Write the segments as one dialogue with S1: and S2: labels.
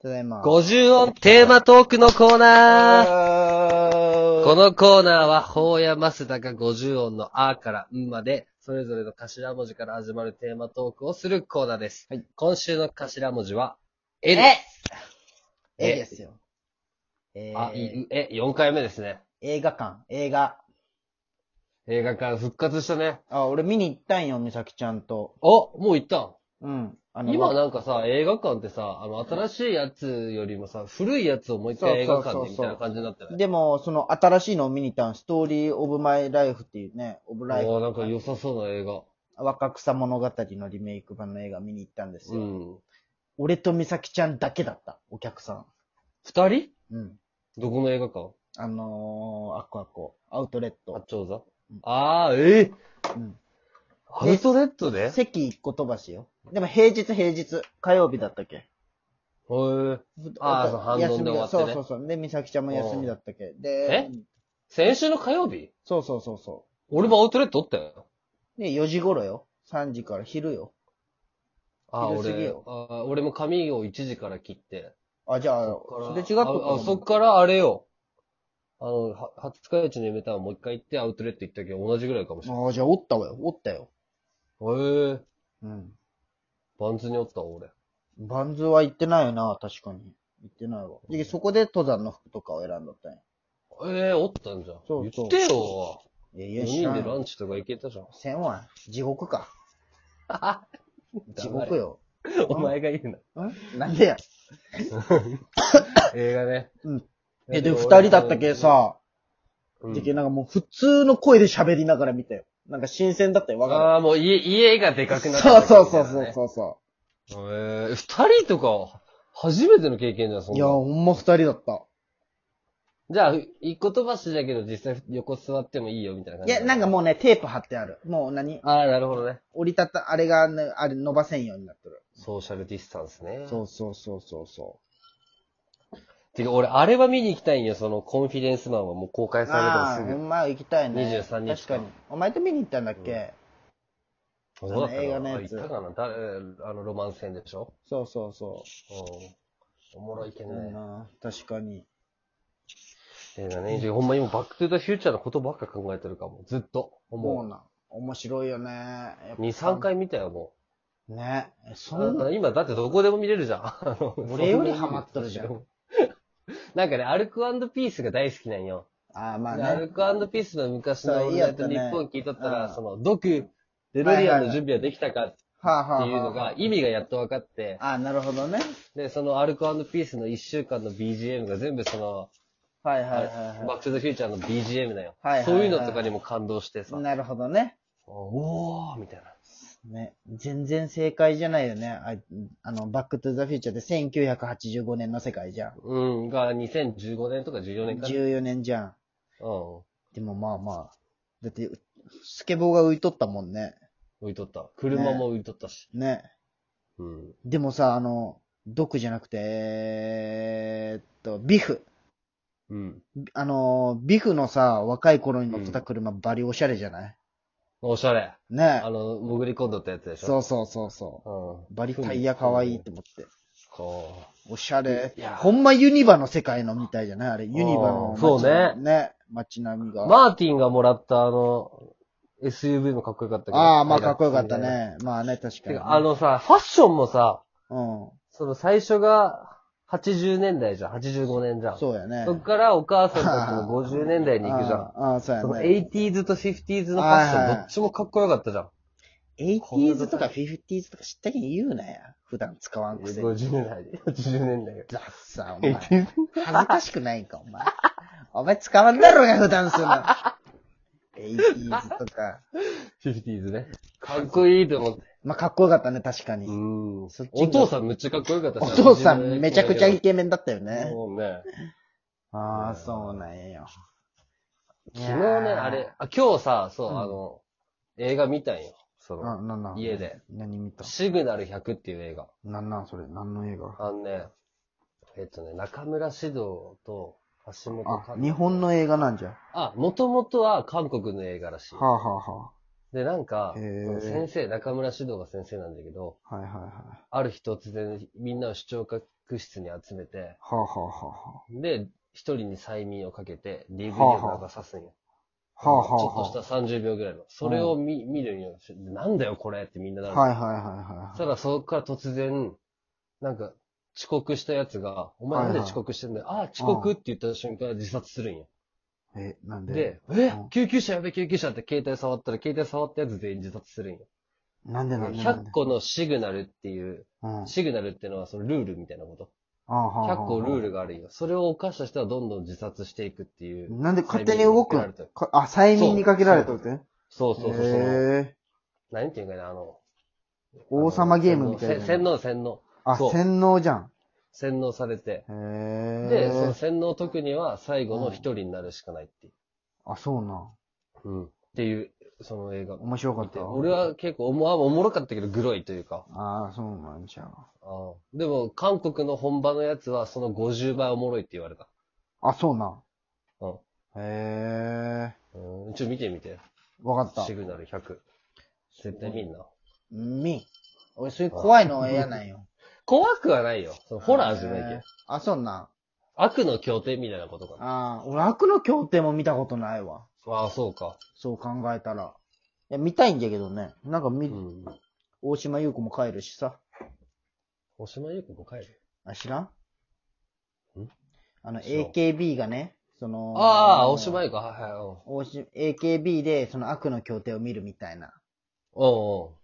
S1: ただいま。
S2: 50音テーマトークのコーナーこ
S1: こ
S2: のコーナーは、法やマスダが50音のあからんまで、それぞれの頭文字から始まるテーマトークをするコーナーです。
S1: はい
S2: 今週の頭文字は、え
S1: え
S2: です。
S1: え
S2: え
S1: ですよ。え
S2: あ、い
S1: ー、
S2: う、え、4回目ですね。
S1: 映画館、映画。
S2: 映画館復活したね。
S1: あ、俺見に行ったんよ、美咲ちゃんと。
S2: あ、もう行ったん
S1: うん。あ
S2: 今なんかさ、映画館ってさ、あの、新しいやつよりもさ、古いやつをもう一回映画館でみたいな感じになってない
S1: でも、その新しいのを見に行ったん、ストーリー・オブ・マイ・ライフっていうね、オブ・ライ
S2: おーなんか
S1: フ。
S2: 良さそうな映画。
S1: 若草物語のリメイク版の映画見に行ったんです
S2: う
S1: よ。
S2: ん。
S1: 俺と美咲ちゃんだけだった、お客さ
S2: 二人
S1: ん。うん。
S2: どこの映画館
S1: あのー、あっこあっこ、アウトレット。
S2: 八丁座
S1: うん
S2: あー、え
S1: うん。
S2: ー、アウトレットでへ
S1: 席一個飛ばしよ。でも平日平日、火曜日だったっけ
S2: ー。あー
S1: お
S2: そう半分で終わって
S1: 休
S2: ね
S1: みがそうそうそう。で、美咲ちゃんも休みだったっけで
S2: え、先週の火曜日
S1: そうそうそうそ
S2: 俺もアウトレットおったよ。
S1: う。で、4時頃よ。3時から昼よ。
S2: あー、
S1: 昼過ぎ
S2: 俺、
S1: よ
S2: あー俺も髪を1時から切って。
S1: あ、じゃあ、
S2: から
S1: それ違った
S2: ああそっからあれよ。あの、は20日市の夢タウンもう一回行ってアウトレット行ったけど同じぐらいかもしれない。
S1: ああ、じゃあ、おったわよ。おったよ。
S2: へー。
S1: うん。
S2: バンズにおったわ俺。
S1: バンズは行ってないよな、確かに。行ってないわ。で、そこで登山の服とかを選んだったんや。
S2: ええおったんじゃん。
S1: そうそう
S2: 言ってよ。
S1: いや、い
S2: 4
S1: や、知
S2: 人
S1: らん
S2: でラ
S1: よ。
S2: ンチとか行けたじゃん。
S1: せんわ。地獄か。地獄よ。
S2: お前が 言う
S1: うんなんでや。
S2: な。映画ね。
S1: うん。え、で、二人だったけさ、
S2: うん、
S1: でけ、なんかもう普通の声で喋りながら見たよ。なんか新鮮だったよ、わか
S2: ああ、もう家、家がで
S1: る。
S2: かくなった、
S1: そうそうそうそうそうそ
S2: そう。ええ二人とか、初めての経験じゃん、そ
S1: うんい
S2: な
S1: や、
S2: の。
S1: ほんま二人だった。
S2: じゃあ、一個飛ばしだけど、実際横座ってもいいよ、みたいな感
S1: い
S2: じ。
S1: や、なんかもうね、テープ貼ってある。もう何
S2: ああ、なるほどね。
S1: 折りたた、あれがね、あれ伸ばせんようになってる。
S2: ソーシャルディスタンスね。
S1: そうそうそうそうそ
S2: てか、俺、あれは見に行きたいんよ、その、コンフィデンスマンはもう公開
S1: う。
S2: され
S1: ああ、
S2: たす
S1: ほ
S2: ぐ。
S1: んま行きたいね。
S2: 23日
S1: 確かに。お前と見に行ったんだっけ、
S2: うんどうだったかな
S1: 映画のやつ
S2: あ行ったかな誰、あの、ロマン戦でしょ
S1: そうそうそ
S2: うん。おもろいけ
S1: う。
S2: ど
S1: うん
S2: ね。
S1: な、確かに。
S2: 映画ね。ほんま今、バックトゥーザフューチャーのことばっか考えてるかも。ずっと。
S1: もう
S2: 思
S1: な、面白いよね。やっ
S2: う。
S1: ぱ
S2: 2、3。回見たよ、も
S1: ね。えそんな、
S2: う。今、だってどこでも見れるじゃん。 あの
S1: 俺よりハマっとるじゃん。
S2: そな なんかね、アルコピースが大好きなんよ。
S1: ああ、まあ
S2: でアル
S1: ね。
S2: コピースの昔
S1: そう
S2: のオールナイト
S1: いい
S2: 日
S1: やつね
S2: 本聞いとった
S1: う
S2: ら、
S1: ん
S2: その、毒、デロリアンの準備はできたかっ
S1: はあ、はあはあ。
S2: ていうのが、意味がやっと分かって、
S1: ああ、なるほどね。
S2: で、そのアルコピースの1週間の BGM が全部その、
S1: はいはいは
S2: バックトゥザフューチャーの BGM だよ
S1: はいはいはい。
S2: そういうのとかにも感動して
S1: いは
S2: さ
S1: い。、なるほどね。
S2: おーみたいな。
S1: ね。全然正解じゃないよね。ああの、バックトゥザフューチャーって1985年の世界じゃん。
S2: うん、が2015年とか14年かな。
S1: 14年じゃん。
S2: うん。
S1: でもまあまあ。だって、スケボーが浮いとったもんね。
S2: 浮いとった。車も浮いとったし。
S1: ね。
S2: うん。
S1: でもさ、あの、毒じゃなくて、えーっと、ビフ。
S2: うん。
S1: あの、ビフのさ、若い頃に乗ってた車、バリオシャレじゃない
S2: おしゃれ。
S1: ね
S2: あの、潜り込んどったやつでし
S1: そ
S2: ょ。
S1: うそうそうそ。
S2: そう
S1: バリタイヤ可愛いっ。て思って。
S2: こ
S1: おしゃれ
S2: い。や
S1: ほんまユニバの世界のみたいじゃないあれ、ユニバの街
S2: そうね
S1: ね、街並み
S2: う。
S1: が。
S2: マーティンがもらったあの、SUV もかっこよかったけど。
S1: ああ、まあかっこよかった。ね。まあね、確か
S2: て
S1: に、
S2: か、あ、のさ、ファッションもさ、
S1: う
S2: その最初が80年代じゃん。85年じゃん。
S1: ん。そうやね。
S2: そっからお母さん たちも50年代に行くじゃん。
S1: ああ、そうや
S2: その
S1: ね。
S2: 80s と 50s のファッシ
S1: はいは
S2: ョ
S1: い
S2: ン、どっちもかっこよかったじゃん。
S1: 80s とか 50s とか知ったけに言うなや。普段使わんくせに。
S2: 50年代で。80年代
S1: だっさ、お前。恥
S2: 80?
S1: ずかしくないんか、お前。お前使わんだろうが、普段するの。80s とか。
S2: 50s ね。かっこいいと思って。
S1: まあ、かっこよかったね、確かに。
S2: うん
S1: そっちが
S2: お父さんめっちゃかっこよかった
S1: お
S2: し
S1: 父さん、めちゃくちゃイ
S2: い
S1: ケメンだったよね。
S2: そうね。
S1: ああ、そうなんやよ。
S2: 昨日ね、あれ、あ、今日さ、そう、
S1: うん
S2: あの、映画見たんよ。そ
S1: あ、
S2: の、
S1: なんなん
S2: 家で。
S1: 何見た
S2: シグナル100っていう映画。
S1: なんなんそれ、何の映画
S2: あのね、えっとね、中村獅童と橋本環
S1: あ、
S2: 奈
S1: 日本の映画なんじゃ。は
S2: あ、もともとは韓国の映画らしい
S1: あ、。はあは
S2: で、なんか、
S1: へ
S2: そ
S1: ー
S2: の先生、中村獅童が先生なんだけど、
S1: あ、はいはいはい。
S2: ある日突然みんなを視聴覚ック室に集めて、
S1: はあ、はあはあは
S2: で、一人に催眠をかけて、DVD
S1: はあはあ
S2: を流さすんよ。
S1: あ。はあはあ
S2: ちょ
S1: は
S2: っとした30秒ぐらいの。それを見、見るようにしなんだよこれってみんなな
S1: あ。
S2: る。
S1: はいはいはいはい。
S2: そしたらそこから突然、なんか、遅刻したやつが、お前なんで遅刻してんだよ。ああ、遅刻って言った瞬間自殺するんよ。
S1: え、なんで
S2: で、え
S1: うん
S2: 救急車やべ、救急車って携帯触ったら、携帯触ったやつ全員自殺するんよ。
S1: なんでなんでなんで
S2: 100個のシグナルっていう、
S1: うん。
S2: シグナルっていうのはそのルールみたいなこと。
S1: ああはあはあ
S2: 100個ルールがあるんよ。それを犯した人はどんどん自殺していくっていう。
S1: なんで勝手に動く
S2: 催眠
S1: ん
S2: にかけられ
S1: かあ、催眠にかけられ
S2: て
S1: たって
S2: そうそうそう。その
S1: へ
S2: 何て言うんかな、あの。
S1: え。王様ゲームみたい
S2: せ
S1: な。
S2: 洗脳、洗脳。
S1: あ、
S2: そう
S1: 洗脳じゃん。
S2: 洗脳されて。
S1: へ
S2: で、その
S1: え。
S2: 洗脳を解くには最後の一人になるしかないっていう。
S1: あ、そうな。
S2: うん。っていう、その映画。
S1: 面白かった。
S2: 俺は結構おも、おもろかったけど、グロいというか。
S1: ああ、そうなんじゃん。
S2: ああでも、韓国の本場のやつは、その50倍おもろいって言われた。
S1: あ、そうな。
S2: うん
S1: へえ。
S2: うん。ちょ、見てみて。
S1: わかった
S2: シ。グナル100。絶対見んな。
S1: みん。俺、そういう怖いの嫌なんよ。
S2: 怖くはないよ。そのホラーじゃないけ
S1: へ
S2: ど
S1: え。。あ、そうな。
S2: 悪の協定みたいなことかな。
S1: ああ、俺、悪の協定も見たことないわ。
S2: ああ、そうか。
S1: そう考えたら。いや、見たいんだけどね。なんか
S2: う
S1: 見、
S2: ん。
S1: 大島優子も帰るしさ。
S2: おしまいよくも帰る。
S1: あ、知らん
S2: ん
S1: あの、
S2: 知らん
S1: AKB がね、その、
S2: ああ、おしまいか。はいはい。うん
S1: 大島 AKB で、その悪の協定を見るみたいな。
S2: お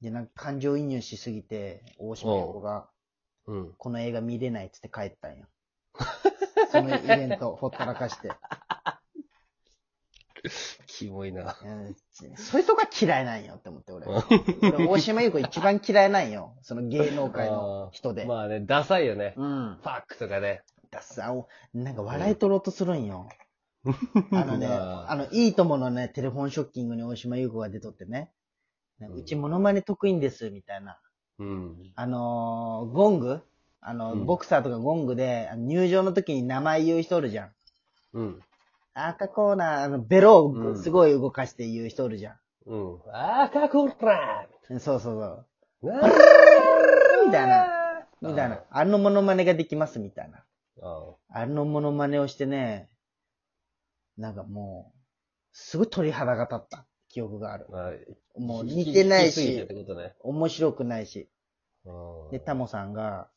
S1: で、なんか感情移入しすぎて、大島優子が、
S2: うおううん。
S1: この映画見れないっつって帰ったんよ。 そのイベント、ほったらかして。
S2: キモいな。
S1: うんそういうとこが嫌いなんよって思って、俺。俺、大島優子一番嫌いなんよ。その芸能界の人で。
S2: まあね、ダサいよね。
S1: うん。
S2: ファックとかね。
S1: だっさ、おなんか笑い取ろうとするん よ。あのね、
S2: いやー
S1: あの、いいとものね、テレフォンショッキングに大島優子が出とってね。ね
S2: うん
S1: うちモノマネ得意んです、みたいな。
S2: うん。
S1: あのーゴングあの、
S2: うん
S1: ボクサーとかゴングで、あの入場の時に名前言う人おるじゃん。
S2: うん。
S1: 赤コーナー、あの、ベロ
S2: う
S1: を
S2: ん
S1: すごい動かして言う人おるじゃん。
S2: うん。あー、かこら
S1: そうそうそう。
S2: み
S1: みたいな、
S2: な
S1: みたいな。。あのモノマネができます、みたいな。
S2: あ
S1: あのモノマネをしてね、なんかもう、すごい鳥肌が立った記憶がある。
S2: あ
S1: もう似てない
S2: 引き継でっ、
S1: して
S2: ことね。
S1: 面白くないし。
S2: うん
S1: で、タモさんが、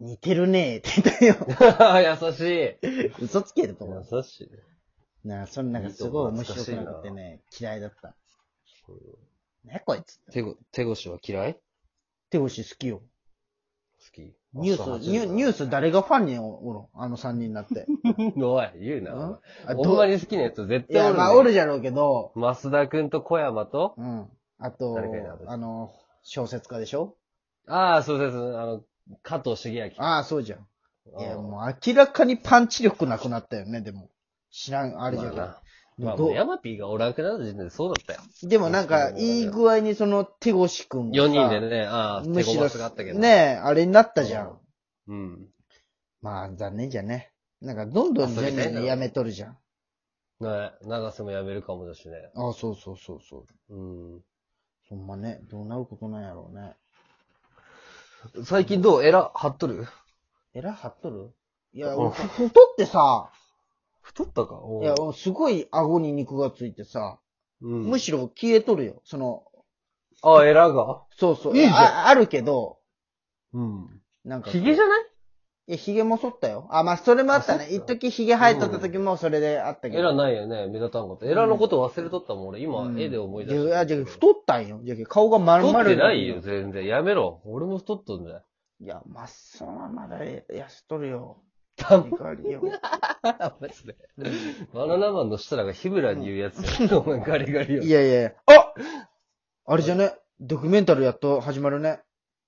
S1: 似てるねーって言ったよ。
S2: 優しい。
S1: 嘘つけると思う。
S2: 優しい。
S1: なあ、そんなんかすごい面白くなくてね、嫌いだった。ね、こいつ。
S2: 手ご、手越しは嫌い
S1: 手越し好きよ。
S2: 好き。
S1: ニュース、ニュニュース誰がファンにおるんあの三人にな って。
S2: ス。おい、言うな。
S1: うん
S2: お
S1: あ
S2: 前ほんま
S1: い
S2: に好きなやつ絶対お
S1: や、
S2: るね。
S1: まあおるじゃろうけど、
S2: 増田くんと小山と、
S1: うん。あと
S2: 誰かいな、
S1: あの、小説家でしょ
S2: ああ、そうです。あの、加藤茂明。
S1: ああ、そうじゃん。いや、
S2: うん
S1: もう明らかにパンチ力なくなったよね、でも。知らん、あれじゃん。
S2: まあ
S1: で
S2: な。ま
S1: も
S2: あ、
S1: ど
S2: も
S1: う
S2: うヤマピーがおらんくなった時点でそうだったよ。
S1: でもなんか、いい具合にその手越くんもさ
S2: 4人でね、ああ、
S1: む
S2: 手
S1: し
S2: ご
S1: ろ
S2: まスがあったけど。
S1: ね。え、あれになったじゃん。
S2: うん。
S1: まあ、残念じゃね。なんか、どんどん全
S2: 遊びたい
S1: 部
S2: んだろ
S1: ね、
S2: う
S1: やめとるじゃん。
S2: ね長瀬もやめるかもだしね。
S1: ああ、そうそうそうそう。
S2: う
S1: そんまね、どうなることなんやろうね。
S2: ん。最近どうエラ、張っとる
S1: えらい張っとるいや、
S2: うん
S1: 俺、太ってさ、
S2: 太ったか
S1: い
S2: い
S1: や、俺すごい顎に肉がついてさ、
S2: うん。
S1: むしろ消えとるよ。その、
S2: あ、エラが
S1: そうそう。
S2: いいじゃん
S1: ああるけど、
S2: うん。
S1: なんか。
S2: ヒゲじゃない
S1: いや、ヒゲも剃ったよ。あ、まあ、それもあった
S2: あ
S1: ね。
S2: 剃っ
S1: 一
S2: た
S1: 時ヒゲ生えとった時もそれであったけど。
S2: エラないよね、目立たんこと。エラのこと忘れとったもん、俺。今、絵で思い出
S1: し。
S2: したた。
S1: いや、じゃあ太ったんよ。じゃあ顔が丸々。
S2: 太ってないよ、。全然。やめろ。俺も太っとんだよ。
S1: いや、まっすぐはまだ痩せとるよ。
S2: たま
S1: いかりよ。
S2: マジで。バナナマンの設楽が日村に言うやつや。お前ガリガリよ
S1: い。やいや。ああれじゃね、ドキュメンタルやっと始まるね。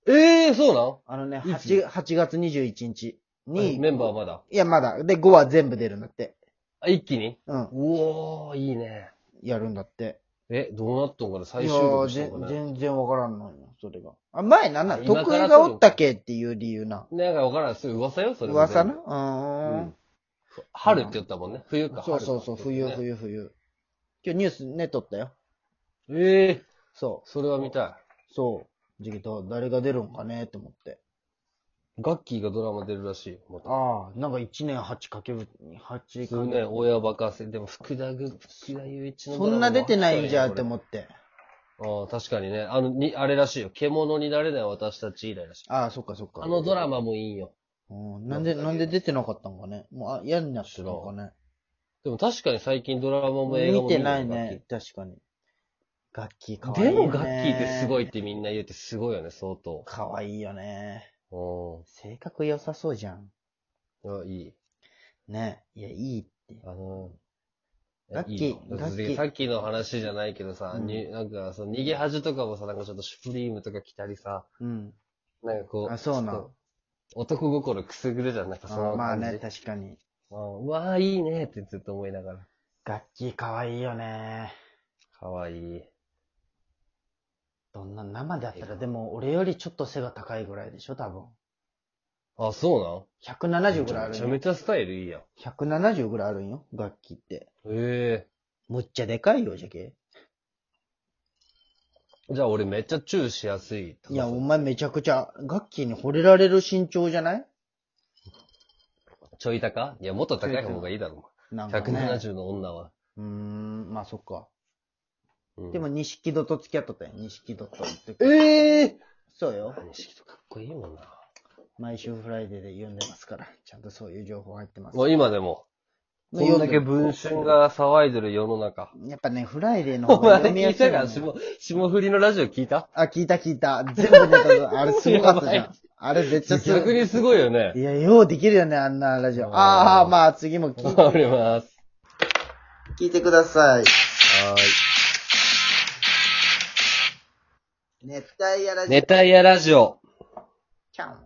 S2: ええー、そう
S1: あのね、
S2: いつ
S1: 8, 8月21日
S2: なん
S1: に。
S2: メンバー
S1: も。
S2: まだ。
S1: いや、まだ。で、5話全部出るんだって。
S2: あ、一気に
S1: うん。
S2: おー、いいね。
S1: やるんだって。
S2: え、どうなっとんかな最
S1: いや
S2: 終
S1: ー
S2: 日し
S1: ぜ
S2: とんかな
S1: 全然わからんのよ、それが。あ、前なんなん
S2: あ
S1: 得
S2: 今から
S1: 意がおったけっていう理由な。
S2: なんかわからん。そういう噂よ、それも
S1: 噂
S2: 全
S1: な
S2: 部
S1: うーん。
S2: 春って言ったもんね。冬か。
S1: そうそうそう、
S2: 春
S1: 冬、
S2: かって
S1: 冬、冬。今日ニュースね、撮ったよ。
S2: 言ったね。ええ
S1: そ
S2: それは見た
S1: う、そう。じゃけど、誰が出るんかねって思って。
S2: ガッキーがドラマ出るらしいよ。また。
S1: ああ、なんか1年8かけぶ、8
S2: すごい
S1: か
S2: ね、親バカせ。でも、福田ぐ、福田雄一のド
S1: そ
S2: ラマ
S1: んな出てないんじゃんって思
S2: っ
S1: って。
S2: たよね。ああ、確かにね。あの、に、あれらしいよ。獣になれない私たち以来らしい。
S1: ああ、そっかそっか。
S2: あのドラマもいいよ。
S1: うん。なんで、なんで出てなかったんかね。もう、あ、嫌になったのかね。
S2: でも確かに最近ドラマも映画も
S1: 見てない
S2: るよ
S1: ね。確かに。楽器か
S2: ガ
S1: わいい、
S2: ッキー
S1: ね。
S2: でもガッキーってすご
S1: い。
S2: いってみんな言ってすごいよね、相当。
S1: かわいいよね。
S2: う
S1: 性格良さそうじゃん。
S2: ん。あ、いい。
S1: ね。いや、いいって。
S2: あの、
S1: ガッキー
S2: いいよ
S1: ガッキー
S2: さっきの話じゃないけどさ、
S1: うん
S2: になんか、その逃げ恥とかもさ、なんかちょっとシュプリームとか着たりさ、
S1: うん。
S2: なんかこう、
S1: あそうなん
S2: ちょっと男心くすぐるじゃん、なんかそ
S1: あ
S2: の
S1: まあ
S2: 感じ。
S1: ね、確かに。
S2: うんうわあ、いいねってずっと思いながら。
S1: 楽器かわいいよね。
S2: かわいい。
S1: どんな生であったら、でも俺よりちょっと背が高いぐらいでしょ、多分。
S2: あ、そ
S1: 170
S2: う
S1: ぐらい
S2: な
S1: あるん
S2: んめちゃ
S1: よ
S2: めちゃスタイルいいやん。へ
S1: 170ぐらいあるんよ、楽器って。
S2: え
S1: むっちゃでかいよ、じゃけ。
S2: じゃあ俺めっちゃチューしやすい。
S1: いや、お前めちゃくちゃ、楽器に惚れられる身長じゃない
S2: ちょい高いや、もっと高い方がいいだろ。
S1: なんか、ね。
S2: 170の女は。
S1: うーん、まあそっか。
S2: うん
S1: でも、、錦戸と付き合っとったよ。錦戸と。
S2: ええ
S1: そうよ。
S2: 錦とかっこいいもんな。
S1: 毎週フライデーで読んでますから。ちゃんとそういう情報入ってます。
S2: もう今でも、
S1: まあ
S2: こんだけ
S1: 読で
S2: 文春が騒いでる世の中。
S1: やっぱね、フライデーの
S2: お
S1: 方が
S2: 前
S1: 読み
S2: 聞
S1: や
S2: い
S1: すい
S2: た
S1: も
S2: か
S1: んね。
S2: 霜、霜降りのラジオ聞いた
S1: あ、聞いた聞いた。全部出 たぞ。あれすごかったじゃ
S2: やば
S1: ん。あれめっちゃすご
S2: 逆
S1: い。
S2: にすごいよね
S1: い。や、ようできるよね、あんなラジオ。ああ、まあ次も 聞い
S2: あります。
S1: 聞いてください。
S2: は
S1: 熱帯やラ
S2: ーい。
S1: ジオ。
S2: 熱帯夜ラジオ。
S1: キャン。